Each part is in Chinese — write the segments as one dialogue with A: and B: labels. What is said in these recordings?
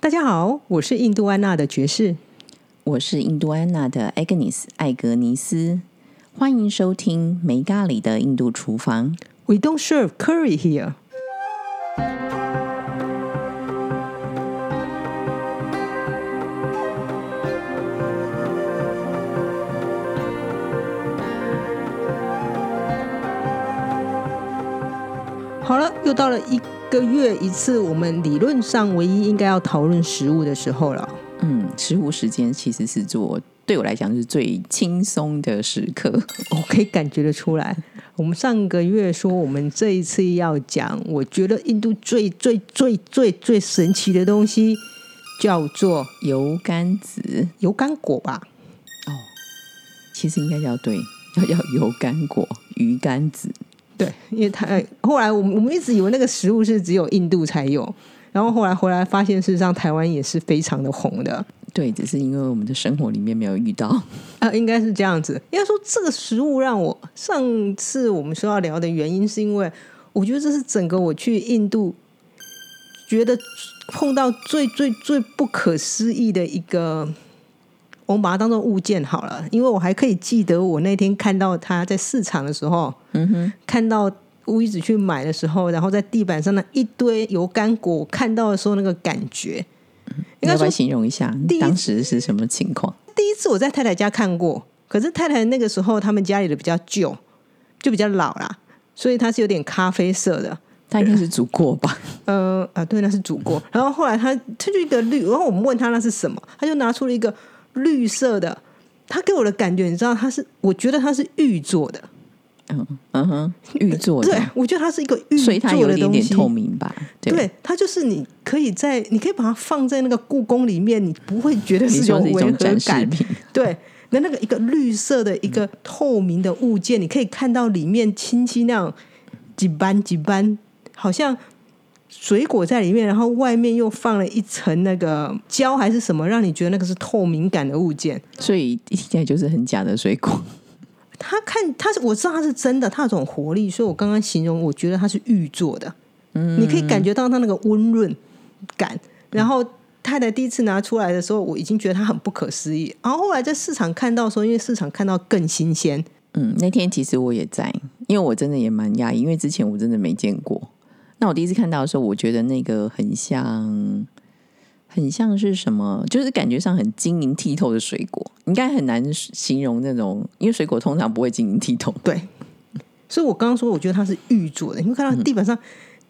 A: 大家好，我是印度安娜的爵士。
B: 我是印度安娜的 Agnes 艾格尼斯，欢迎收听没咖喱的印度厨房。
A: We don't serve curry here。好了，又到了一个月一次，我们理论上唯一应该要讨论食物的时候了。
B: 嗯，食物时间其实是做对我来讲是最轻松的时刻。
A: 我可以感觉得出来。我们上个月说，我们这一次要讲，我觉得印度最最最最最神奇的东西叫做
B: 油甘子
A: 油甘果吧？
B: 其实应该要对， 要要油甘果、鱼甘子。
A: 对，因为它呃后来我们我们一直以为那个食物是只有印度才有，然后后来回来发现，事实上台湾也是非常的红的。
B: 对，只是因为我们的生活里面没有遇到。
A: 啊，应该是这样子。应该说，这个食物让我上次我们说要聊的原因，是因为我觉得这是整个我去印度觉得碰到最最最不可思议的一个，我们把它当做物件好了，因为我还可以记得我那天看到它在市场的时候，
B: 嗯哼，
A: 看到乌一子去买的时候，然后在地板上那一堆油甘果，我看到的时候那个感觉， 应
B: 你
A: 该
B: 要不
A: 说
B: 要形容一下
A: 第一
B: 当时是什么情况？
A: 第一次我在太太家看过，可是太太那个时候他们家里的比较旧，就比较老啦，所以它是有点咖啡色的。
B: 他应该是煮 过吧？
A: 呃啊，对，那是煮过。然后后来他他就一个绿，然后我们问他那是什么，他就拿出了一个绿色的。他给我的感觉，你知道，他是我觉得他是玉做的，
B: 嗯 嗯哼，玉做
A: 对
B: 的，
A: 我觉得它是一个玉
B: 所以它有
A: 做
B: 一
A: 的
B: 点
A: 东
B: 点
A: 西。
B: 透明吧？
A: 对，它就是你可以在，你可以把它放在那个故宫里面，你不会觉得
B: 你
A: 是
B: 说
A: 有
B: 是一
A: 违
B: 种
A: 和
B: 展示
A: 感。
B: 品。
A: 对，那那个一个绿色的一个透明的物件，你可以看到里面轻轻那样几斑几斑，好像水果在里面，然后外面又放了一层那个胶还是什么，让你觉得那个是透明感的物件。
B: 所以听起来就是很假的水果。
A: 它看它是我知道它是真的，它有种活力，所以我刚刚形容，我觉得它是玉做的，嗯，你可以感觉到它那个温润感。然后太太第一次拿出来的时候，我已经觉得它很不可思议。然后后来在市场看到的时候，因为市场看到更新鲜，
B: 嗯，那天其实我也在，因为我真的也蛮讶异，因为之前我真的没见过。那我第一次看到的时候，我觉得那个很像，很像是什么，就是感觉上很晶莹剔透的水果，应该很难形容那种，因为水果通常不会晶莹剔透。
A: 对，所以我刚刚说，我觉得它是玉做的，你会看到地板上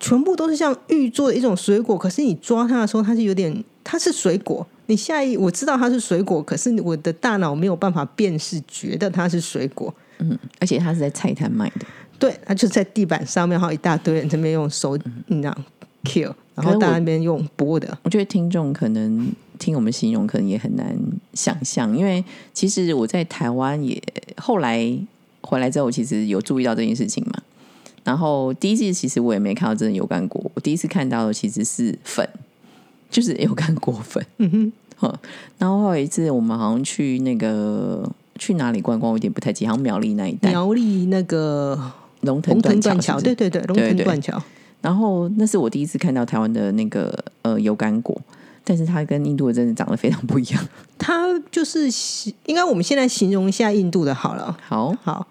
A: 全部都是像玉做的一种水果，可是你抓它的时候，它是有点，它是水果。你下一我知道它是水果，可是我的大脑没有办法辨识，觉得它是水果。
B: 嗯，而且它是在菜摊卖的。
A: 对，它就在地板上面，然后一大堆人这边用手那样 kill，然
B: 嗯可是
A: 后
B: 我
A: 大家那边用剥的。
B: 我觉得听众可能听我们形容，可能也很难想象，因为其实我在台湾也后来回来之后，我其实有注意到这件事情嘛。然后第一次其实我也没看到真的油甘果，我第一次看到的其实是粉，就是油甘果粉。嗯哼，然后还有一次我们好像去那个去哪里观光，我有点不太记，好像苗栗那一带
A: 苗栗那个
B: 龙腾
A: 龙腾断
B: 断
A: 桥，
B: 是不是
A: 对对对，龙
B: 对
A: 腾
B: 对
A: 断桥，
B: 然后那是我第一次看到台湾的那个呃油甘果，但是它跟印度的真的长得非常不一样。
A: 它就是形应该我们现在形容一下印度的好了。
B: 好，
A: 好，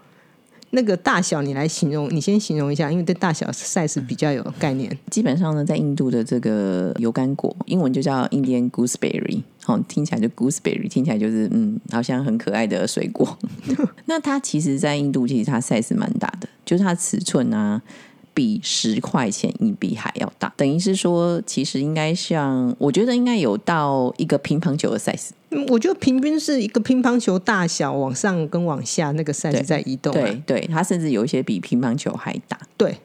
A: 那个大小你来形容，你先形容一下，因为对大小 size 比较有概念。
B: 基本上呢，在印度的这个油甘果，英文就叫 Indian gooseberry，好、听起来就 gooseberry，听起来就是嗯，好像很可爱的水果。 那它其实，在印度其实它 size 蛮大的，就是它尺寸啊，比十块钱硬币还要大，等于是说，其实应该像，我觉得应该有到一个乒乓球的 size。
A: 嗯，我觉得平均是一个乒乓球大小往上跟往下那个
B: 对
A: size 在移动、啊。
B: 对对，它甚至有一些比乒乓球还大。
A: 对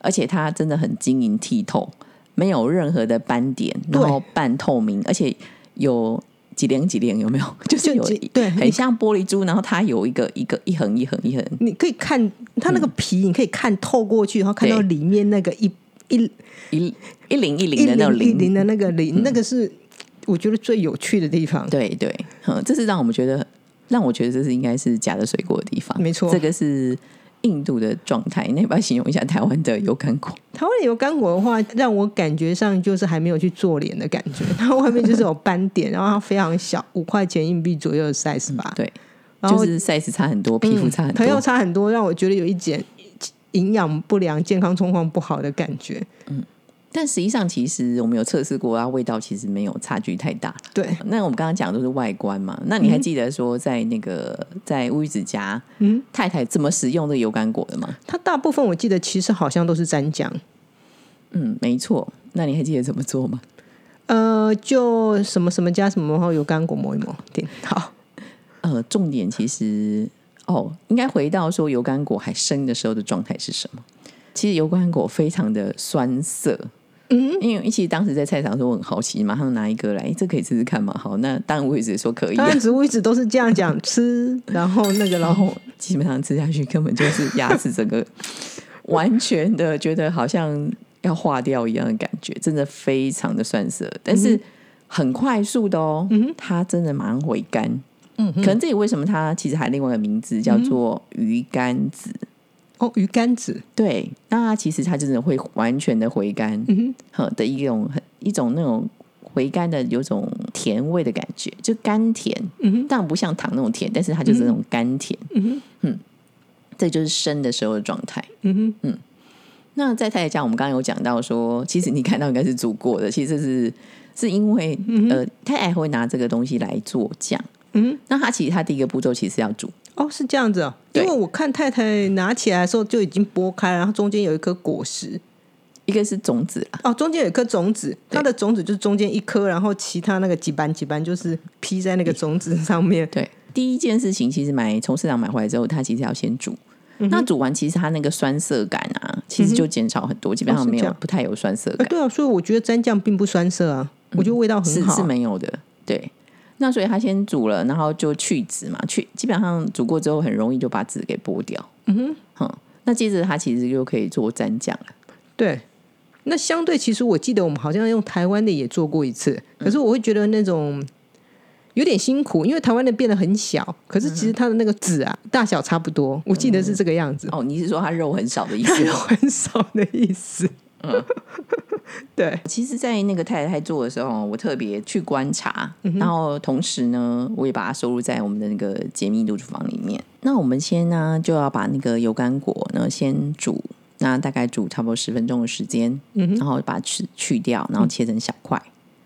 B: 而且它真的很晶莹剔透，没有任何的斑点，
A: 对
B: 然后半透明，而且有几棱几棱，有没有？ 就是有
A: 几对
B: 很像玻璃珠，然后它有一个一个一横一横一横，
A: 你可以看它那个
B: 嗯
A: 皮，你可以看透过去，然后看到
B: 对
A: 里面那个一一
B: 一一零一
A: 一
B: 零的嗯那
A: 零
B: 种
A: 一
B: 菱
A: 零的那个零，那个是我觉得最有趣的地方。
B: 对对，嗯，这是让我们觉得，让我觉得这是应该是假的水果的地方，
A: 没错
B: 这个是印度的状态，那要不要形容一下台湾的油甘果？
A: 台湾的油甘果的话，让我感觉上就是还没有去做脸的感觉，它外面就是有斑点，然后它非常 小，五块钱硬币左右的 size 吧。
B: 对，
A: 然
B: 就
A: 后嗯
B: 是 size 差很多，皮肤差很多
A: 朋，友差很多，让我觉得有一点营养不良、健康状况不好的感觉。
B: 但实际上其实我们有测试过，它味道其实没有差距太大。
A: 对，
B: 那我们刚刚讲的都是外观嘛，那你还记得说在那个在乌鱼子家，
A: 嗯，
B: 太太怎么使用这个油甘果的吗？
A: 它大部分我记得其实好像都是沾酱，
B: 嗯，没错。那你还记得怎么做吗？
A: 呃，就什么什么加什么，然后油甘果磨一磨，点 好。
B: 呃，重点其实哦，应该回到说油甘果还生的时候的状态是什么？其实油甘果非常的酸涩。嗯，因为其实当时在菜场的时候，我很好奇，马上拿一个来，哎诶这可以试试看嘛？好，那当然我也直说可以、
A: 当
B: 啊
A: 然，，植物一直都是这样讲，吃，然后那个，然
B: 然
A: 后
B: 后基本上吃下去根本就是牙齿整个完全的觉得好像要化掉一样的感觉，真的非常的酸涩，但是很快速的哦，它真的马上回甘。
A: 嗯
B: 可能这也为什么它其实还另外一个名字叫做鱼干子。
A: 哦，鱼干子，
B: 对，那它其实它真的会完全的回甘，
A: 嗯
B: 呵的一种很一种那种回甘的有种甜味的感觉，就甘甜，
A: 嗯哼
B: 当然不像糖那种甜，但是它就是那种甘甜，
A: 嗯哼
B: 这就是生的时候的状态。
A: 嗯哼。
B: 那在太太家，我们刚刚有讲到说，其实你看到应该是煮过的，其实是是因为、呃，太太会拿这个东西来做酱。
A: 嗯，
B: 那它其实它第一个步骤其实要煮，
A: 哦，是这样子哦，因
B: 对
A: 为我看太太拿起来的时候就已经剥开，然后中间有一颗果实，
B: 一个是种子啦，
A: 哦，中间有一颗种子，
B: 对
A: 它的种子就是中间一颗，然后其他那个几瓣几瓣就是披在那个种子上面。
B: 对，第一件事情其实买从市场买回来之后，它其实要先煮。
A: 嗯
B: 那煮完，其实它那个酸涩感啊，其实就减少很多，基本
A: 哦
B: 上
A: 是
B: 没
A: 这
B: 有、
A: 样
B: 不太有酸涩
A: 呃，
B: 感，
A: 对啊，所以我觉得蘸酱并不酸涩啊，我觉得味道很
B: 是
A: 好。啊
B: 是没有的。对，那所以它先煮了，然后就去籽嘛，去基本上煮过之后，很容易就把籽给剥掉。嗯哼，那接着它其实就可以做蘸酱了。
A: 对，那相对其实我记得我们好像用台湾的也做过一次，可是我会觉得那种有点辛苦，因为台湾的变得很小，可是其实它的那个籽啊大小差不多，我记得是这个样 子，
B: 哦，你是说它肉很少的意
A: 它
B: 思
A: 有？很少的意思。对，
B: 其实，在那个太太做的时候，我特别去观察，然后同时呢，我也把它收录在我们的那个解密度厨房里面。那我们先呢，就要把那个油甘果呢先煮，那大概煮差不多十分钟的时间，
A: 嗯
B: 然后把它去去掉，然后切成小块。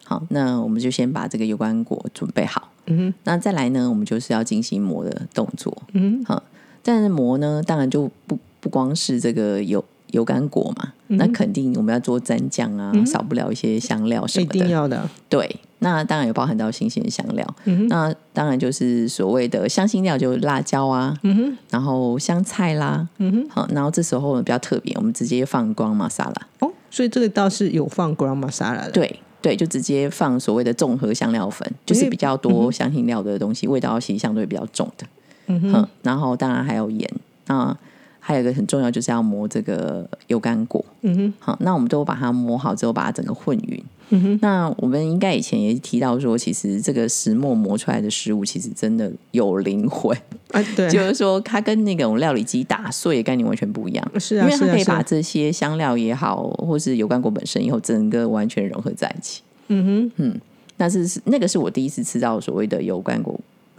B: 好，那我们就先把这个油甘果准备好。
A: 嗯
B: 那再来呢，我们就是要进行磨的动作。
A: 嗯
B: 好，但是磨呢，当然就不不光是这个油油甘果嘛，
A: 嗯
B: 那肯定我们要做蘸酱啊，少不了一些香料什
A: 一
B: 么
A: 定
B: 的。
A: 要的，
B: 对，那当然有包含到新鲜的香料。
A: 嗯哼
B: 那当然就是所谓的香辛料，就是辣椒啊，
A: 嗯哼，
B: 然后香菜啦，
A: 嗯哼，
B: 好，然后这时候我们比较特别，我们直接放光玛莎拉。
A: 哦，所以这个倒是有放 ground masala 的，
B: 对对，就直接放所谓的综合香料粉，就
A: 因
B: 是
A: 为
B: 比较多香辛料的东西，味道其实相对比较重的。
A: 嗯哼
B: 哼，然后当然还有盐，那还有一个很重要就是要磨这个油甘果。
A: 嗯哼，
B: 好，那我们都把它磨好之后，把它整个混匀。
A: 嗯哼，
B: 那我们应该以前也提到说，其实这个石磨磨出来的食物，其实真的有灵魂，
A: 啊，对，
B: 就是说它跟那种料理机打碎的概念完全不一样。
A: 是啊，
B: 因为它
A: 是
B: 可
A: 啊，
B: 以
A: 是
B: 把
A: 啊，
B: 这些香料也好，或是油甘果本身以后整个完全融合在一起。
A: 嗯哼，
B: 那是是那个是我第一次吃到所谓的油甘果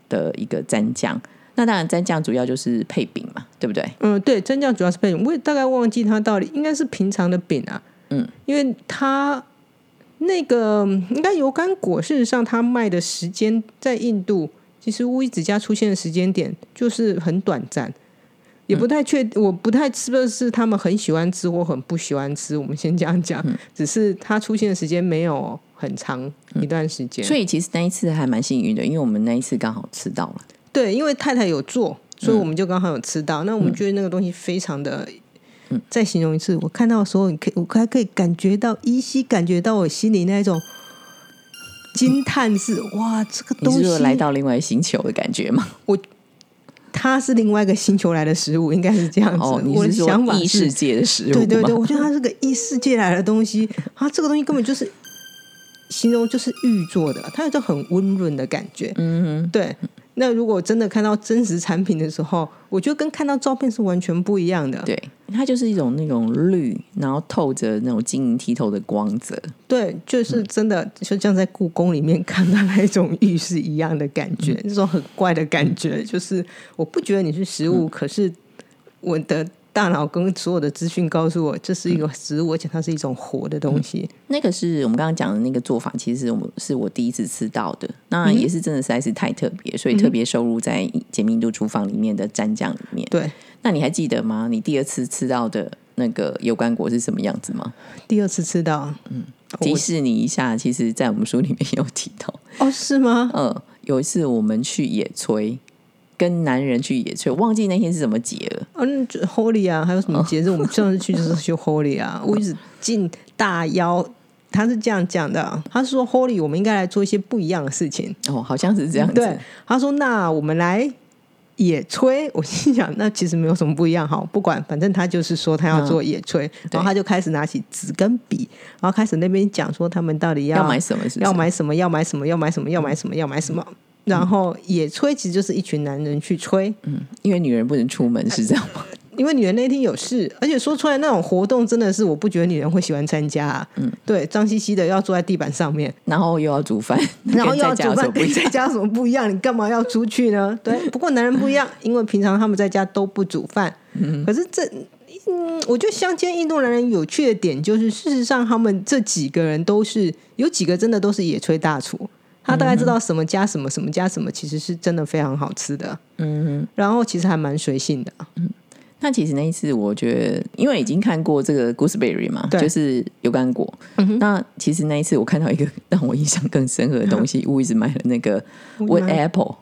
B: 的一个蘸酱。那当然，蘸酱主要就是配饼嘛，对不对？
A: 嗯，对，蘸酱主要是配饼，我也大概忘记它到底应该是平常的饼啊，
B: 嗯，
A: 因为它那个应该油甘果，事实上它卖的时间在印度，其实乌伊子家出现的时间点就是很短暂。也
B: 嗯
A: 不太确，我不太是不是他们很喜欢吃或很不喜欢吃。我们先这样讲，
B: 嗯
A: 只是它出现的时间没有很长一段时间，
B: 嗯所以其实那一次还蛮幸运的，因为我们那一次刚好吃到了。
A: 对，因为太太有做，所
B: 嗯
A: 以我们就刚好有吃到。那我们觉得那个东西非常的，
B: 嗯
A: 再形容一次，我看到的时候，你可以，我还可以感觉到依稀感觉到我心里那一种惊叹是哇，这个
B: 你
A: 东
B: 是说
A: 西
B: 来到另外一个星球的感觉吗？
A: 它是另外一个星球来的食物，应该嗯是这样子。
B: 哦，你
A: 我的
B: 是
A: 想
B: 说
A: 法
B: 异世
A: 是，
B: 界的食物吗？
A: 对对对，我觉得它是个异世界来的东西，它这个东西根本就是。形容就是玉做的，它有一种很温润的感觉。
B: 嗯哼，
A: 对，那如果真的看到真实产品的时候，我觉得跟看到照片是完全不一样的。
B: 对，它就是一种那种绿，然后透着那种晶莹剔透的光泽。
A: 对，就是
B: 嗯
A: 真的，就像在故宫里面看到那种玉是一样的感
B: 嗯
A: 觉，那种很怪的感觉，就是我不觉得你是食
B: 嗯
A: 物，可是我的大脑跟所有的资讯告诉我这是
B: 嗯
A: 一个食物，而且它是一种活的东西。
B: 那个是我们刚刚讲的那个做法，其实我们是我第一次吃到的，
A: 嗯
B: 那也是真的实在是太特别，所以特别收入在解密度厨房里面的蘸酱里面。
A: 对，
B: 那你还记得吗？你第二次吃到的那个油甘果是什么样子吗？
A: 第二次吃到，
B: 嗯提示你一下，其实，在我们书里面有提 到，
A: 哦，是吗？
B: 嗯，有一次我们去野炊，跟男人去野炊，忘记那天是什么节了。
A: 嗯、就 Holy 啊，还有什
B: 哦
A: 么节日？我们上次去就是去 Holy 啊，我一直进大腰。他是这样讲的啊，他是说 Holy，我们应该来做一些不一样的事情。
B: 哦，好像是这样子。
A: 对，他说那我们来野炊。 我心想，那其实没有什么不一样，好，不管，反正他就是说他要做野
B: 嗯
A: 炊，然后他就开始拿起纸跟笔，然后开始那边讲说他们到底
B: 要买什么是不嗯是
A: 要买什么，要买什么，要买什么，要买什么，要买什么。然后野炊其实就是一群男人去吹，
B: 嗯因为女人不能出门，是这样吗？
A: 因为女人那天有事，而且说出来那种活动真的是我不觉得女人会喜欢参加、啊。嗯，对，脏兮兮的要坐在地板上面，
B: 然后又要煮饭，
A: 然后又要
B: 跟在家
A: 煮
B: 有什
A: 饭，
B: 么不一
A: 跟
B: 样
A: 在家有什么不一样？你干嘛要出去呢？ 对，不过男人不一 样，因为平常他们在家都不煮饭。可是这，嗯，我觉得乡间印度男人有趣的点就是，事实上他们这几个人都是有几个真的都是野炊大厨，他大概知道什么加什么，什么加什么，其实是真的非常好吃的。嗯，然后其实还蛮随性的。
B: 那其实那一次，我觉得因为已经看过这个 gooseberry 嘛，
A: 对嗯
B: 就是油甘果。那其实那一次我看到一个让我印象更深刻的东
A: 嗯
B: 西，我一直买了那个 wood apple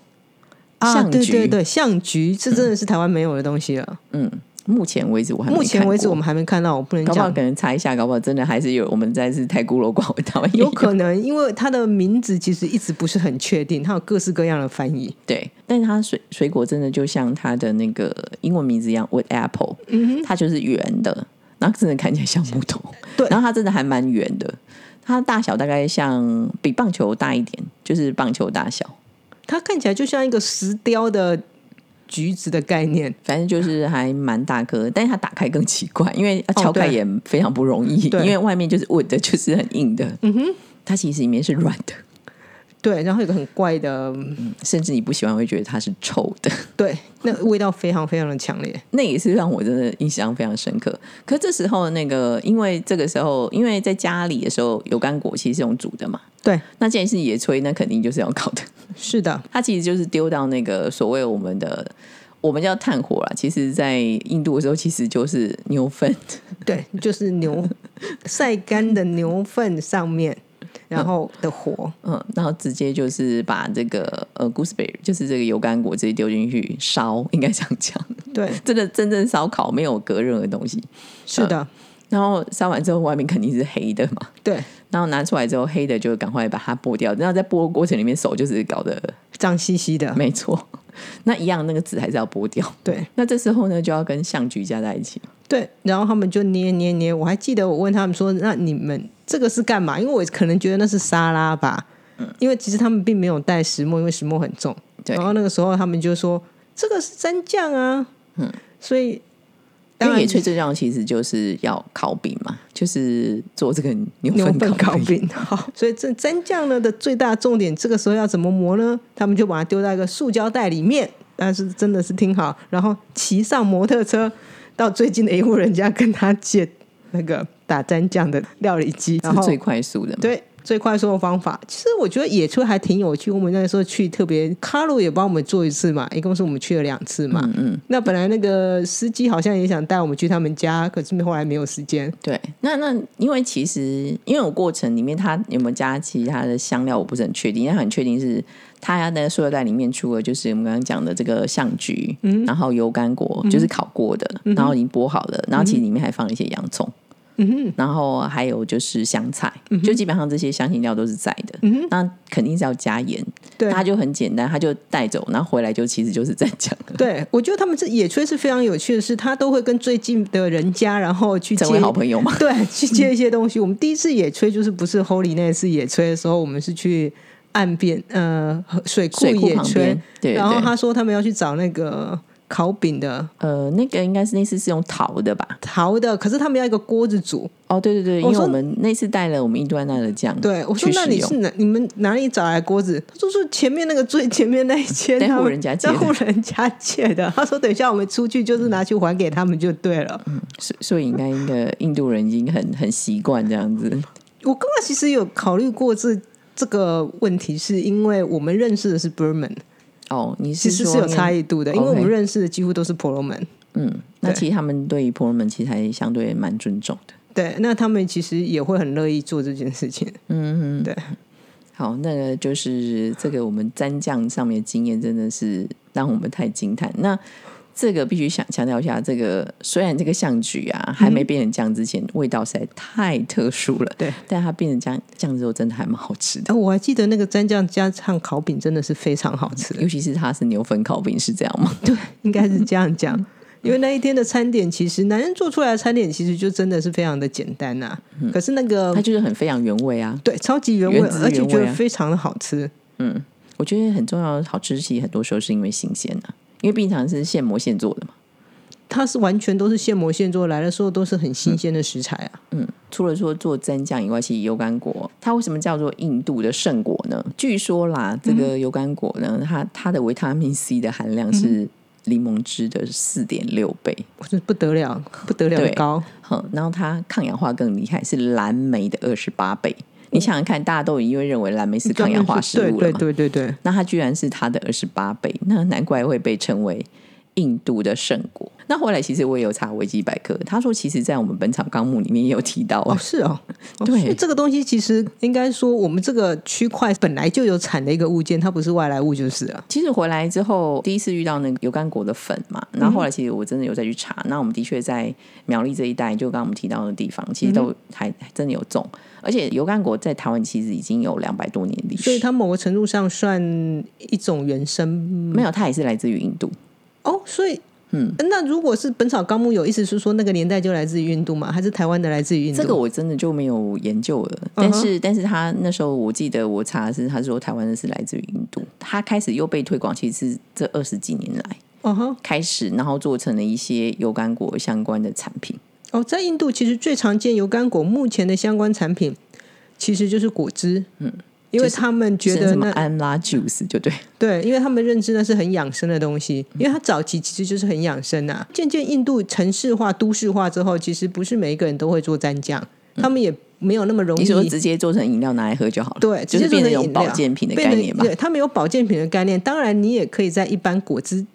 A: 啊，
B: 象嗯
A: 对
B: 菊。
A: 对对，象菊这真的是台湾没有的东西了。
B: 嗯，目前为止我还没
A: 目前为止
B: 看过
A: 我们还没看到，我不能
B: 搞不好
A: 讲。
B: 可能查一下，搞不好真的还是有我们在是太孤陋寡闻，台湾也
A: 有可能因为它的名字其实一直不是很确定，它有各式各样的翻译。
B: 对，但是它水水果真的就像它的那个英文名字一样，wood apple，它就是圆的，然后真的看起来嗯像木头，
A: 对
B: 然后它真的还蛮圆的，它大小大概像比棒球大一点，就是棒球大小，
A: 它看起来就像一个石雕的橘子的概念。
B: 反正就是还蛮大颗，但是它打开更奇怪，因为要敲开
A: 对
B: 也非常不容易，
A: 对
B: 因为外面就是 wood 的，就是很硬的，嗯哼，它其实里面是软的，
A: 对，然后有个很怪的，
B: 甚至你不喜欢会觉得它是臭的。
A: 对，那个味道非常非常的强 烈。
B: 那也是让我真的印象非常深刻。可这时候，那个因为这个时候，因为在家里的时候，油甘果其实是用煮的嘛。
A: 对，
B: 那既然是野炊，那肯定就是要烤的。
A: 是的，
B: 它其实就是丢到那个所谓我们的，我们叫炭火啦。其实，在印度的时候，其实就是牛粪。
A: 对，就是牛晒干的牛粪上面，然后的火。
B: 嗯，然后直接就是把这个呃 gooseberry，就是这个油甘果直接丢进去烧，应该这样讲。
A: 对，
B: 真的真正烧烤没有隔任何东西。
A: 是的，
B: 然后烧完之后，外面肯定是黑的嘛。
A: 对，
B: 然后拿出来之后，黑的就赶快把它剥掉。然后在剥的过程里面，手就是搞得
A: 脏兮兮的。
B: 没错。那一样，那个纸还是要剥掉。
A: 对
B: 那这时候呢，就要跟象菊加在一起。
A: 对，然后他们就捏捏捏。我还记得我问他们说：“那你们这个是干嘛？”因为我可能觉得那是沙拉吧，因为其实他们并没有带石墨，因为石墨很重。
B: 对
A: 然后那个时候他们就说：“这个是蘸酱啊。”嗯，所以
B: 因
A: 当
B: 为
A: 然
B: 野炊最重要其实就是要烤饼嘛，就是做这个牛
A: 牛
B: 粪
A: 粪
B: 烤
A: 烤
B: 饼。
A: 饼好，所以这蘸酱呢的最大重点，这个时候要怎么磨呢？他们就把它丢到一个塑胶袋里面，但是真的是听好，然后骑上摩托车到最近的一户人家跟他借那个打蘸酱的料理机，然
B: 是
A: 后
B: 最快速的嘛，
A: 对最快速的方法。其实我觉得野炊还挺有趣，我们那时候去特别，卡鲁也帮我们做一次嘛，一共是我们去了两次嘛。嗯嗯。那本来那个司机好像也想带我们去他们家，可是后来没有时间。
B: 对，那那因为其实因为我过程里面它有没有加其他的香料，我不是很确定，但很确定是它的塑料袋里面除了就是我们刚刚讲的这个象菊，嗯，然后油甘果、就是烤过的，然后已经剥好了，然后其实里面还放一些洋葱。嗯然后还有就是香菜，就基本上这些香辛料都是在的，嗯、那肯定是要加盐，
A: 对
B: 它就很简单，它就带走，然后回来就其实就是蘸酱了，
A: 对，我觉得他们这野炊是非常有趣的是，他都会跟最近的人家，然后去
B: 成为
A: 借
B: 好朋友嘛。
A: 对去借一些东西。我们第一次野炊就是不是 Holy 那次野炊的时候，我们是去岸边呃水库
B: 水库
A: 野
B: 旁
A: 炊
B: 边，，对
A: 然后
B: 对，
A: 他说他们要去找那个烤饼的
B: 呃，那个应该是那次是用陶的吧？
A: 陶的，可是他们要一个锅子煮。
B: 哦，对对对，因
A: 我
B: 为
A: 说
B: 我们那次带了我们印度安纳的酱，
A: 对，我说
B: 去
A: 那
B: 使
A: 你
B: 用
A: 是哪你们哪里找来锅子？他说是前面那个最前面 那一间，
B: 在
A: 他
B: 户
A: 们
B: 人家借
A: 在
B: 的
A: 户人家借的。他说等一下我们出去就是拿去还给他们就对了。
B: 所所以应该应该印度人已经很很习惯这样子。
A: 我刚刚其实有考虑过这这个问题，是因为我们认识的是 Burman，
B: 哦，你是
A: 其实
B: 说
A: 是有差
B: 异？
A: 异度的，因为我们
B: OK
A: 认识的几乎都是婆罗门。
B: 嗯，那
A: 对
B: 其实他们对于婆罗门其实还相对蛮尊重的。
A: 对，那他们其实也会很乐意做这件事情。
B: 嗯，嗯
A: 对。
B: 好，那个就是这个我们蘸酱上面的经验真的是让我们太惊叹。那这个必须想强调一下，这个虽然这个酱局啊还没变成酱之前，味道实在太特殊了，
A: 对，
B: 但它变成酱酱之后，真的还蛮好吃的。
A: 哎、我还记得那个蘸酱加上烤饼真的是非常好 吃，
B: 尤其是它是牛粉烤饼是这样吗？对，
A: 应该是这样讲。因为那一天的餐点，其实男人做出来的餐点其实就真的是非常的简单呐、可是那个
B: 嗯它就是很非常原味啊。
A: 对超级原味，
B: 原汁
A: 而且
B: 原味
A: 觉得
B: 啊
A: 非常的好吃。
B: 我觉得很重要的好吃，其实很多时候是因为新鲜啊，因为平常是现磨现做的嘛。
A: 它是完全都是现磨现做，来的时候都是很新鲜的食材啊。
B: 嗯，除了说做蘸酱以外，其实油甘果它为什么叫做印度的圣果呢？据说啦，这
A: 嗯
B: 个油甘果呢，它它的维他命 C 的含量是柠檬汁的四点六倍，
A: 我说不得了，不得了
B: 对
A: 高。
B: 哼、然后它抗氧化更厉害，是蓝莓的二十八倍。
A: 嗯
B: 你想想看，大家都因为认为蓝莓是抗氧化食物了
A: 对
B: 嘛，
A: 对对对对，
B: 那它居然是它的二十八倍，那难怪会被称为印度的圣果。那后来其实我也有查维基百科，他说其实，在我们《本草纲目》里面也有提到
A: 哦，是哦，哦
B: 对
A: 所以这个东西其实应该说，我们这个区块本来就有产的一个物件，它不是外来物就是了。
B: 其实回来之后，第一次遇到那个油甘果的粉嘛，然后后来其实我真的有再去查，
A: 嗯
B: 那我们的确在苗栗这一带，就刚刚我们提到的地方，其实
A: 嗯
B: 都还还真的有种，而且油甘果在台湾其实已经有两百多年历
A: 所以
B: 史，
A: 它某个程度上算一种原生
B: 没有，它也是来自于印度，
A: 哦。所以，
B: 嗯
A: 呃，那如果是《本草纲目》有意思是说那个年代就来自于印度吗？还是台湾的来自于印度？
B: 这个我真的就没有研究了，
A: 嗯哼
B: 但是、但是他那时候我记得我查的是，他说台湾的是来自于印度，他开始又被推广，其实是这二十几年来
A: 哦哈
B: 开始，然后做成了一些油甘果相关的产品。
A: 哦，在印度其实最常见油甘果目前的相关产品其实就是果汁，嗯，因为他们觉
B: 是
A: 得
B: 什么
A: 那
B: 安拉 juice 就对，
A: 对，因为他们认知那是很养生的东西，因为它早期其实就是很养生啊。渐渐印度城市化、都市化之后，其实不是每一个人都会做蘸酱，他们也没有那么容
B: 嗯你
A: 易。
B: 说直接做成饮料拿来喝就好了，
A: 对，
B: 就
A: 直接做
B: 是变成
A: 成
B: 一
A: 饮
B: 种
A: 料
B: 保健品的
A: 变
B: 概
A: 成
B: 念吧。
A: 对，他们有保健品的概念。当然，你也可以在一般果汁，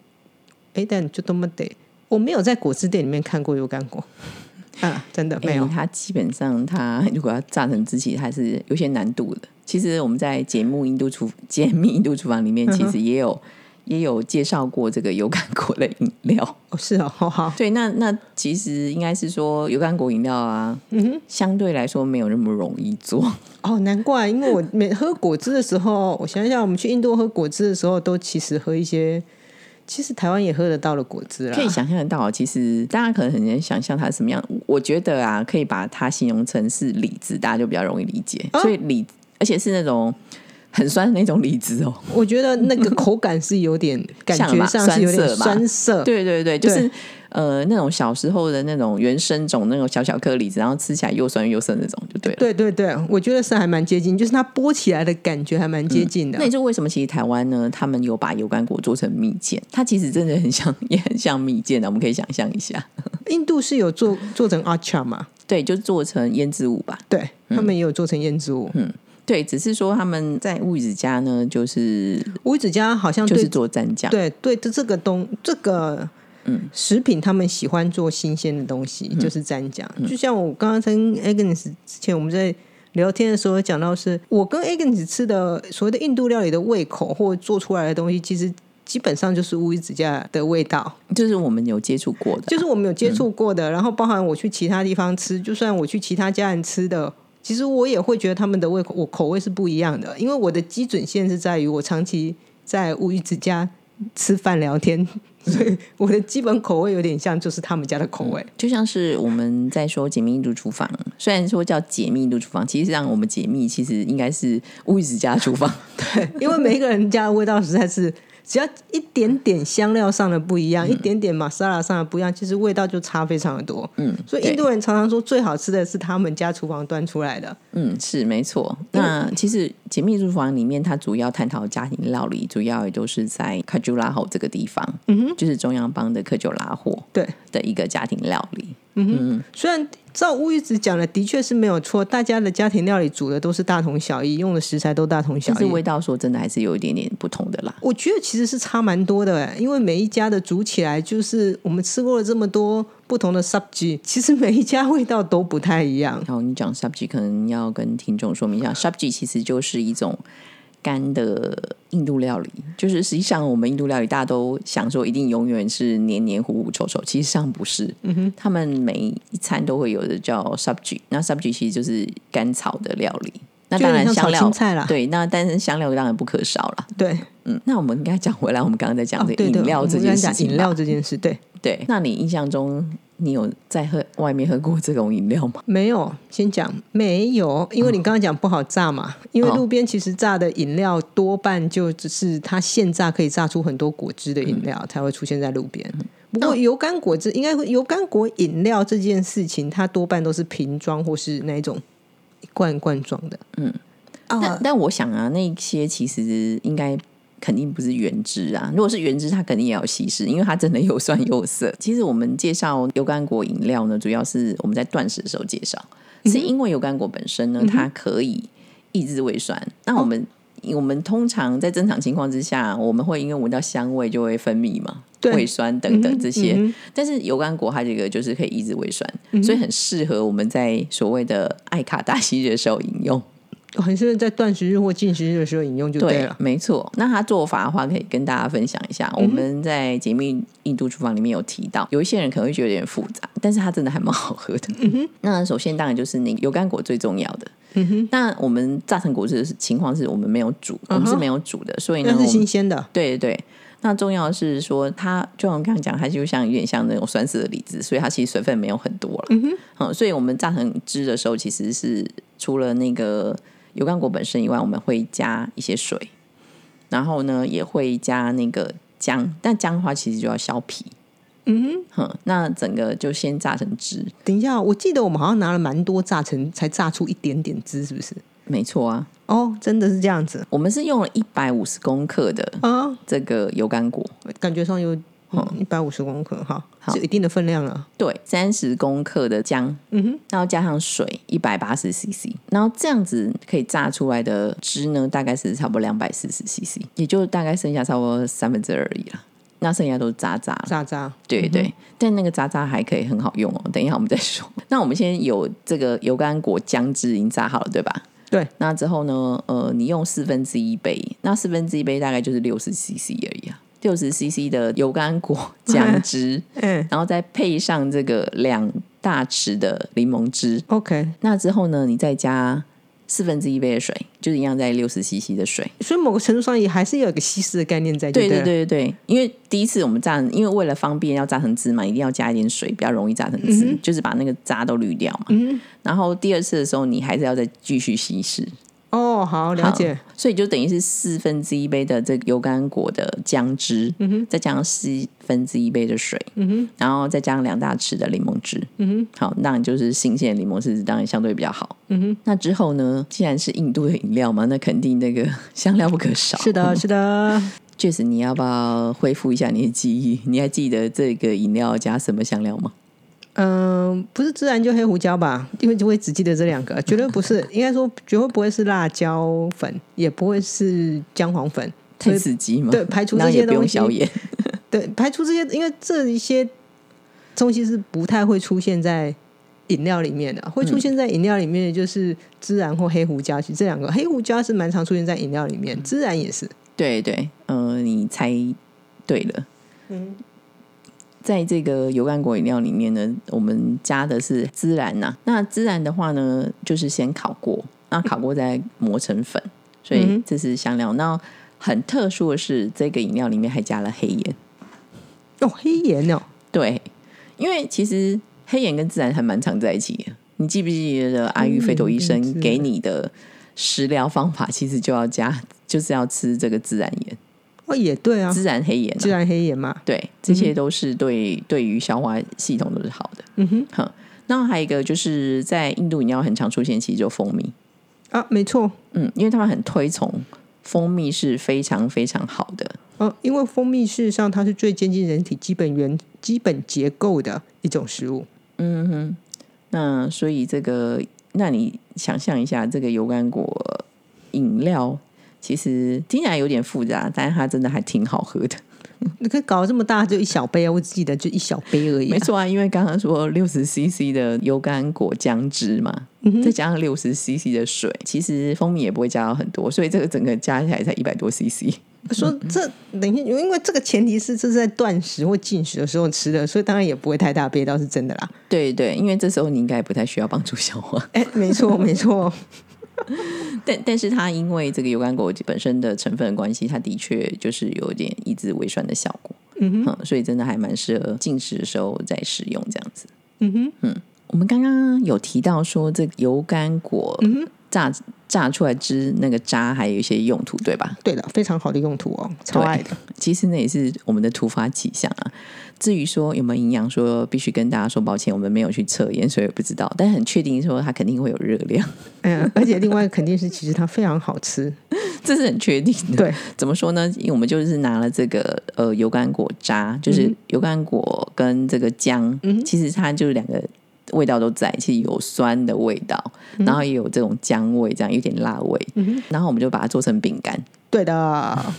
A: 哎，但就多么得，我没有在果汁店里面看过油甘果， 啊，真的没有
B: 诶。它基本上它如果要榨成汁其实还是有些难度的。其实我们在节目《印度厨》解密《印度厨房》里面，
A: 嗯
B: 其实也有、也有介绍过这个油甘果的饮 料。
A: 哦，是哦，好好，
B: 对，那那其实应该是说油甘果饮料啊，
A: 嗯
B: 相对来说没有那么容易 做。
A: 哦，难怪，因为我每喝果汁的时候，我想想，我们去印度喝果汁的时候，都其实喝一些，其实台湾也喝得到的果汁啦
B: 可。以想象得到，其实大家可能很难想象它是什么样。我觉得啊，可以把它形容成是李子，大家就比较容易理解。
A: 哦
B: 所以李，而且是那种很酸的那种李子哦。
A: 我觉得那个口感是有点，感
B: 像
A: 觉
B: 吧
A: 上是有点
B: 酸涩吧
A: 酸涩。
B: 对对对，就是呃那种小时候的那种原生种那种小小颗李子，然后吃起来又酸又涩那种，就对了。
A: 对对对，我觉得是还蛮接近，就是它剥起来的感觉还蛮接近的。
B: 那也就为什么其实台湾呢，他们有把油甘果做成蜜饯，它其实真的很像，也很像蜜饯的，啊我们可以想象一下。
A: 印度是有做做成阿恰嘛？
B: 对，就做成胭脂舞吧。
A: 对他们也有做成燕之舞。
B: 对，只是说他们在物质家呢，就是
A: 五指家好像
B: 就
A: 对、
B: 是做蘸酱。
A: 对对这这个东这个
B: 嗯
A: 食品，他们喜欢做新鲜的东西，就是蘸酱。就像我刚刚跟 Agnes 之前我们在聊天的时候有讲到是，我跟 Agnes 吃的所谓的印度料理的胃口或做出来的东西，其实。基本上就是乌鱼子酱的味道，
B: 就是我们有接触过 的，
A: 就是我们有接触过的，然后包含我去其他地方吃，就算我去其他家人吃的，其实我也会觉得他们的胃口，我口味是不一样的，因为我的基准线是在于我长期在乌鱼子家吃饭聊天，所以我的基本口味有点像就是他们家的口 味。
B: 就像是我们在说解密度厨房，虽然说叫解密度厨房，其实让我们解密其实应该是乌鱼子家厨房。
A: 因为每一个人家的味道实在是，只要一点点香料上的不一样，一点点玛莎拉上的不一样，其实味道就差非常的多。
B: 嗯，
A: 所以
B: 对
A: 印度人常常说最好吃的是他们家厨房端出来的。
B: 嗯，是没错。那其实《解密厨房》里面，它主要探讨家庭料理，主要也都是在克久拉霍这个地方，嗯哼，就是中央邦的克久拉霍
A: 对，
B: 的一个家庭料理。
A: 虽然照乌鱼子讲的的确是没有错，大家的家庭料理煮的都是大同小异，用的食材都大同小
B: 但是
A: 异
B: 味。道说真的还是有一点点不同的啦。
A: 我觉得其实是差蛮多的欸，因为每一家的煮起来，就是我们吃过了这么多不同的 subji，其实每一家味道都不太一样。
B: 然后你讲 sabji 可能要跟听众说明一下，sabji 其实就是一种干的印度料理，就是实际上我们印度料理大家都想说一定永远是黏黏糊糊稠稠，其实上不是，嗯哼，他们每一餐都会有的叫 sabji，那 sabji 其实就是干炒的料理。那
A: 就有
B: 当然
A: 点像
B: 香
A: 炒
B: 料
A: 青菜啦
B: 对，那但是香料当然不可少啦。
A: 对，
B: 嗯，那我们应该讲回来，我们刚刚在讲
A: 哦
B: 这个
A: 对对，
B: 饮
A: 我
B: 料
A: 们
B: 这
A: 刚
B: 件
A: 刚
B: 事
A: 讲
B: 情
A: 饮
B: 吧、
A: 料这件事，对，
B: 对，那你印象中你有在喝外面喝过这种饮料吗？
A: 没有，先讲没有，因为你刚刚讲不好榨嘛，因为路边其实榨的饮料多半就只是它现榨可以榨出很多果汁的饮料、才会出现在路边。不过油甘果汁应该会油甘果饮料这件事情，它多半都是瓶装或是那一种一罐一罐装的。嗯，
B: 但
A: 啊，
B: 但我想啊，那些其实应该肯定不是原汁啊。如果是原汁，它肯定也要稀释，因为它真的有酸有涩。 其实我们介绍油甘果饮料呢，主要是我们在断食的时候介绍，
A: 嗯
B: 是因为油甘果本身呢，它可以抑制胃酸。那我
A: 哦
B: 们、我们通常在正常情况之下，我们会因为闻到香味就会分泌嘛，
A: 对
B: 胃酸等
A: 嗯
B: 等
A: 哼
B: 这些。
A: 嗯
B: 但是油甘果它这个就是可以抑制胃酸，所以很适合我们在所谓的爱卡达西日的时候饮用。
A: 很适合哦在断食日或禁食日的时候饮用就对啊嗯了。
B: 没错。那它做法的话，可以跟大家分享一下。我们在《解密印度厨房》里面有提到，有一些人可能会觉得有点复杂，但是它真的还蛮好喝的。
A: 嗯
B: 那首先当然就是那个油甘果最重要的。那我们榨成果汁的情况是我们没有煮，我们是没有煮的，所以呢，
A: 那
B: 我
A: 嗯是
B: 们
A: 新鲜的，
B: 对对对。那重要的是说，它就像我刚刚讲，它就像有点像那种酸涩的梨子，所以它其实水分没有很多了。嗯所以我们榨成汁的时候，其实是除了那个油甘果本身以外，我们会加一些水，然后呢也会加那个姜，但姜的话其实就要削皮。嗯哼，那整个就先榨成汁，
A: 等一下，我记得我们好像拿了蛮多榨成，才榨出一点点汁，是不是？
B: 没错啊。
A: 哦，真的是这样子
B: 我们是用了一百五十公克的
A: 啊。
B: 这个油甘果，
A: 感觉上有一百五十公克哈，
B: 好
A: 是有一定的分量了。
B: 对，三十公克的姜，嗯哼，然后加上水一百八十 CC，然后这样子可以榨出来的汁呢，大概是差不多两百四十 CC，也就大概剩下差不多三分之二而已啦。那剩下都是渣渣了，
A: 渣渣，
B: 对对，但那个渣渣还可以很好用哦。等一下我们再说。 那我们先有这个油甘果姜汁已经榨好了，对吧？
A: 对。
B: 那之后呢？呃，你用四分之一杯，那四分之一杯大概就是六十 CC 而已啊，六十 CC 的油甘果姜汁。
A: 嗯
B: 然后再配上这个两大匙的柠檬汁。
A: ，OK。
B: 那之后呢，你再加四分之一杯的水，就是一样在六十 CC 的水。
A: 所以某个程度上也还是有一个稀释的概念在，
B: 对
A: 对
B: 对
A: 了，
B: 对对对，因为第一次我们榨，因为为了方便要榨成汁嘛，一定要加一点水，比较容易榨成
A: 嗯
B: 汁，就是把那个渣都滤掉嘛。然后第二次的时候，你还是要再继续稀释，
A: 哦，好了解
B: 好，所以就等于是四分之一杯的这个油甘果的姜汁，
A: 嗯
B: 再加上四分之一杯的水，然后再加上两大匙的柠檬汁，
A: 嗯
B: 好，那你就是新鲜的柠檬汁，当然相对比较好，那之后呢，既然是印度的饮料嘛，那肯定那个 香料不可少，
A: 是 的，是的。
B: 确实，你要不要恢复一下你的记忆？你还记得这个饮料加什么香料吗？
A: 嗯，不是孜然就黑胡椒吧？因为就会只记得这两个，绝对不是。应该说，绝对不会是辣椒粉，也不会是姜黄粉。所
B: 太
A: 以
B: 刺激吗？
A: 对排除这
B: 那
A: 些
B: 也不用
A: 东西
B: 消炎。
A: 对，排除这些，因为这一些东西是不太会出现在饮料里面的，会
B: 嗯
A: 出现在饮料里面的就是孜然或黑胡椒。其实这两个黑胡椒是蛮常出现在饮料里面，孜然也是。
B: 对对，呃，你猜对了。嗯，在这个油甘果饮料里面呢，我们加的是孜然呐、那孜然的话呢，
A: 嗯
B: 就是先烤过，那烤过再磨成粉，所以这是香料。那很特殊的是，这个饮料里面还加了黑盐。
A: 哦，黑盐哦，
B: 对，因为其实黑眼跟自然还蛮常在一起的。你记不记得阿育吠陀
A: 嗯
B: 医
A: 嗯自
B: 生
A: 然
B: 给你的食疗方法，其实就要加，就是要吃这个自然盐、
A: 哦也对啊，
B: 自然黑盐、
A: 自
B: 啊。
A: 然黑盐嘛，
B: 对，这些都是对、对于消化系统都是好的。
A: 嗯哼
B: 哼，那还有一个就是在印度饮料很常出现，其实就蜂蜜。
A: 啊，没错，
B: 嗯，因为他们很推崇蜂蜜是非常非常好的。
A: 哦，因为蜂蜜事实上它是最接近人体基本原基本结构的一种食物。
B: 那所以这个，那你想象一下，这个油甘果饮料其实听起来有点复杂，但是它真的还挺好喝的。
A: 你可以搞这么大，就一小杯啊！我只记得就一小杯而已、啊。
B: 没，错啊，因为刚刚说六十 CC 的油甘果姜汁嘛，再加上六十 CC 的水，其实蜂蜜也不会加到很多，所以这个整个加起来才一百多 CC。嗯
A: 说这等一下，因为这个前提是这是在断食或禁食的时候吃的，所以当然也不会太大杯，倒是真的啦。
B: 对对，因为这时候你应该不太需要帮助消化。
A: 哎，没错，没错，
B: 但但是它因为这个油甘果本身的成分的关系，它的确就是有点抑制胃酸的效果。嗯哼，所以真的还蛮适合进食的时候再使用这样子。
A: 嗯哼，
B: 我们刚刚有提到说，这个油甘果榨榨出来汁那个渣还有一些用途，对吧？
A: 对了，非常好的用途哦，超
B: 对
A: 爱的。
B: 其实那也是我们的突发奇想啊。至于说有没有营养，说必须跟大家说抱歉，我们没有去测验，所以不知道。但是很确定说它肯定会有热量，
A: 嗯，而且另外肯定是，其实它非常好吃。
B: 这是很确定的。
A: 对，
B: 怎么说呢？因为我们就是拿了这个呃油甘果渣，
A: 嗯
B: 就是油甘果跟这个姜，其实它就是两个味道都在，其实有酸的味道，
A: 嗯
B: 然后也有这种姜味，这样有点辣味，然后我们就把它做成饼干。
A: 对的，
B: 啊，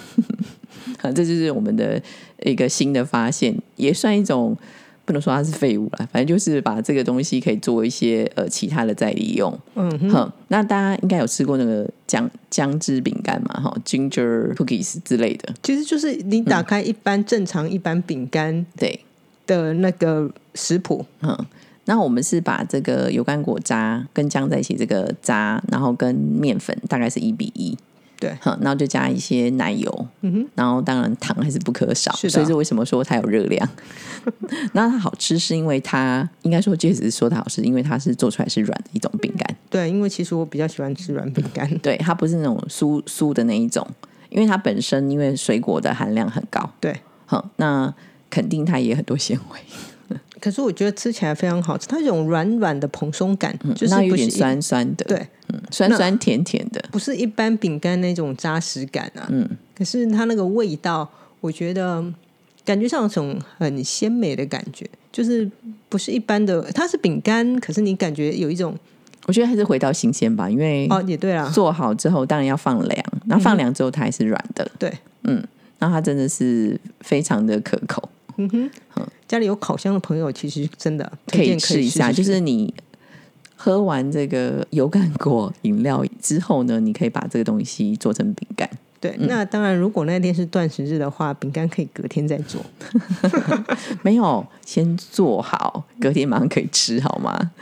B: 这就是我们的一个新的发现，也算一种不能说它是废物啦，反正就是把这个东西可以做一些呃其他的再利用。
A: 嗯哼，
B: 哼，那大家应该有吃过那个姜姜汁饼干嘛？哈，ginger cookies 之类的，
A: 其实就是你
B: 嗯
A: 打开一般正常一般饼干
B: 对。
A: 的那个食谱，
B: 嗯，那我们是把这个油甘果渣跟姜在一起，这个渣，然后跟面粉大概是一比一。
A: 对
B: 哼，然后就加一些奶油，嗯哼，然后当然糖还是不可少，
A: 是的
B: 所以这为什么说它有热量？ 那它好吃是因为它，应该说确实说它好吃，因为它是做出来是软的一种饼干，
A: 对，因为其实我比较喜欢吃软饼干。
B: 对，它不是那种酥酥的那一种，因为它本身因为水果的含量很高，
A: 对，
B: 哼，那肯定它也很多纤维，
A: 可是我觉得吃起来非常好吃，它有一种软软的蓬松感，就是
B: 嗯那有
A: 不是
B: 点
A: 一，
B: 酸酸的，
A: 对，
B: 嗯，酸酸甜甜的，
A: 不是一般饼干那种扎实感啊。
B: 嗯，
A: 可是它那个味道，我觉得感觉上有种很鲜美的感觉，就是不是一般的，它是饼干，可是你感觉有一种
B: 我觉得还是回到新鲜吧，因为
A: 哦，也对啦，
B: 做好之后当然要放凉，那放凉之后它还是软的，
A: 对，
B: 那它真的是非常的可口，
A: 家里有烤箱的朋友其实真的
B: 可
A: 推
B: 以
A: 荐
B: 吃一下。
A: 试试
B: 就是你喝完这个油甘果饮料之后呢，你可以把这个东西做成饼干。
A: 对。那当然，如果那天是断食日的话，饼干可以隔天再 做。
B: 没有，先做好，隔天马上可以吃，好吗？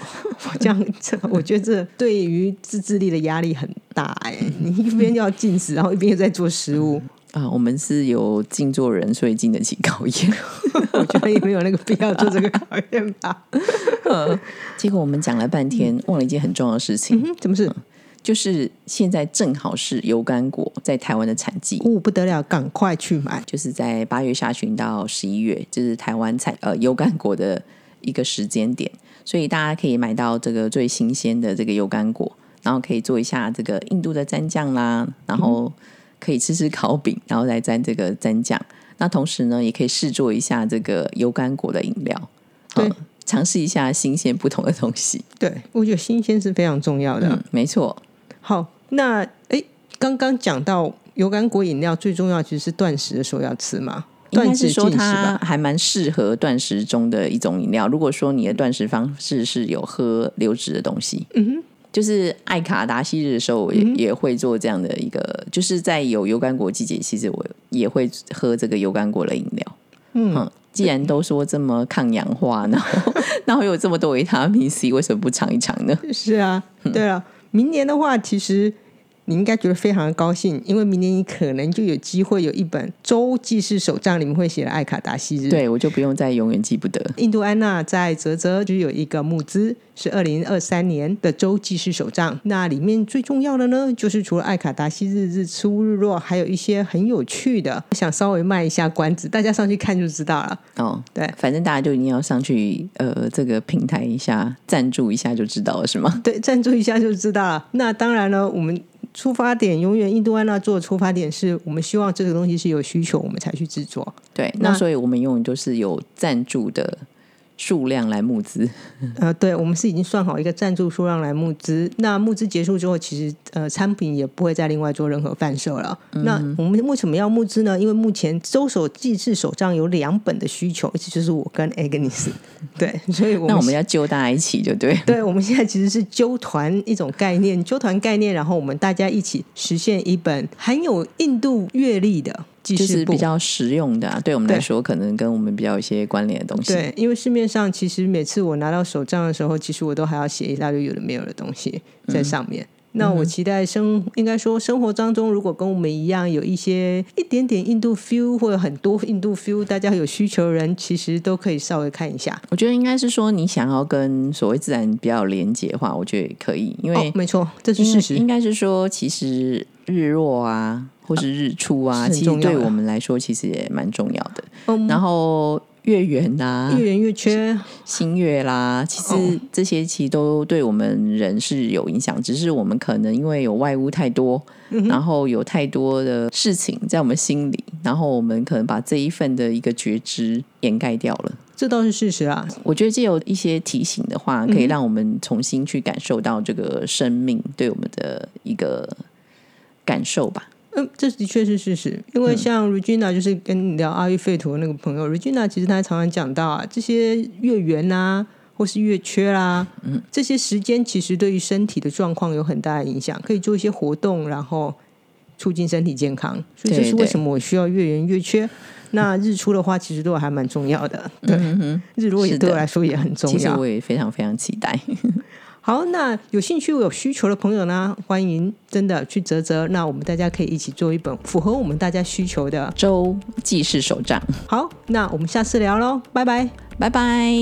A: 这样，这我觉得这对于自制力的压力很大哎、你一边要进食，然后一边又在做食物，
B: 啊，我们是有静坐人，所以经得起考验。
A: 我觉得也没有那个必要做这个考验吧。
B: 结果我们讲了半
A: 嗯
B: 天，忘了一件很重要的事情，
A: 嗯，怎么是？
B: 就是现在正好是油甘果在台湾的产季。
A: 哦，不得了，赶快去买。
B: 就是在八月下旬到十一月，这、是台湾采呃油甘果的一个时间点，所以大家可以买到这个最新鲜的这个油甘果，然后可以做一下这个印度的蘸酱啦，然后可以吃吃烤饼，然后再蘸这个蘸酱。那同时呢，也可以试做一下这个油甘果的饮料，
A: 对
B: 嗯尝试一下新鲜不同的东西。
A: 对，我觉得新鲜是非常重要的。
B: 嗯，没错，
A: 好，那哎，刚刚讲到油甘果饮料最重要，其实是断食的时候要吃嘛，
B: 应
A: 断
B: 该是
A: 食进
B: 说
A: 食吧。
B: 它还蛮适合断食中的一种饮料。如果说你的断食方式是有喝流质的东西，嗯就是爱卡达昔日的时候，
A: 嗯
B: 我也、也会做这样的一个，就是在有油甘果季节，其实我也会喝这个油甘果的饮料。嗯既然都说这么抗氧化，然后然后有这么多维他命 C，为什么不尝一尝呢？
A: 嗯是啊，对啊，明年的话，其实你应该觉得非常的高兴，因为明年你可能就有机会有一本周记式手账，里面会写的《爱卡达西日》。
B: 对我就不用再永远记不得。
A: 印度安娜在泽泽就有一个募资，是二零二三年的周记式手账。那里面最重要的呢，就是除了艾卡达西日日出日落，还有一些很有趣的。我想稍微卖一下关子，大家上去看就知道了。
B: 哦，
A: 对，
B: 反正大家就一定要上去呃这个平台一下赞助一下就知道了，是吗？
A: 对，赞助一下就知道了。那当然了，我们。出发点永远，印度安娜做的出发点是我们希望这个东西是有需求，我们才去制作。
B: 对，那
A: 那
B: 所以我们用就是有赞助的数量来募资。
A: 呃，对，我们是已经算好一个赞助数量来募资。那募资结束之后，其实呃，产品也不会再另外做任何贩售了。
B: 嗯
A: 那我们为什么要募资呢？因为目前周手记事手账有两本的需求，一直就是我跟 Agnes，对， 所以我
B: 那
A: 们
B: 我们要揪大家一起就对。
A: 对，我们现在其实是纠团一种概念，纠团概念，然后我们大家一起实现一本含有印度阅历的记
B: 就
A: 事
B: 是比
A: 簿。
B: 较实用的、啊，对我们来
A: 对
B: 说，可能跟我们比较有一些关联的东西。
A: 对，因为市面上其实每次我拿到手账的时候，其实我都还要写一大堆有的没有的东西
B: 嗯
A: 在上面。那我期待生，应该说生活当中，如果跟我们一样有一些一点点印度 feel 或者很多印度 feel，大家有需求的人，其实都可以稍微看一下。
B: 我觉得应该是说，你想要跟所谓自然比较有连接的话，我觉得也可以，因为
A: 哦，没错，这是
B: 应
A: 事实
B: 应。该是说，其实日落啊，或是日出啊，
A: 是很
B: 其
A: 重
B: 实
A: 要
B: 对
A: 的
B: 我们来说，其实也蛮重要的。
A: 嗯
B: 然后月圆啊，
A: 越圆越缺，
B: 新月啦，其实这些其实都对我们人是有影响，只是我们可能因为有外物太多，然后有太多的事情在我们心里，然后我们可能把这一份的一个觉知掩盖掉了。
A: 这倒是事实啊。
B: 我觉得借由一些提醒的话，可以让我们重新去感受到这个生命对我们的一个感受吧。
A: 嗯，这的确是事实，因
B: 嗯
A: 为像 Regina 就是跟你聊阿育吠陀那个朋友、r e g i n a 其实她常常讲到啊，这些月圆啊，或是月缺啦、嗯，这些时间其实对于身体的状况有很大的影响，可以做一些活动，然后促进身体健康。所以这
B: 对
A: 是为
B: 对
A: 什么我需要月圆月缺。那日出的话，其实对我还蛮重要的，对，日落也
B: 嗯是的
A: 对我来说也很重
B: 其实
A: 要
B: 我。也非常非常期待。
A: 好，那有兴趣、有需求的朋友呢，欢迎真的去泽泽。那我们大家可以一起做一本符合我们大家需求的。
B: 周记事手账，
A: 好，那我们下次聊喽，拜拜。
B: 拜拜。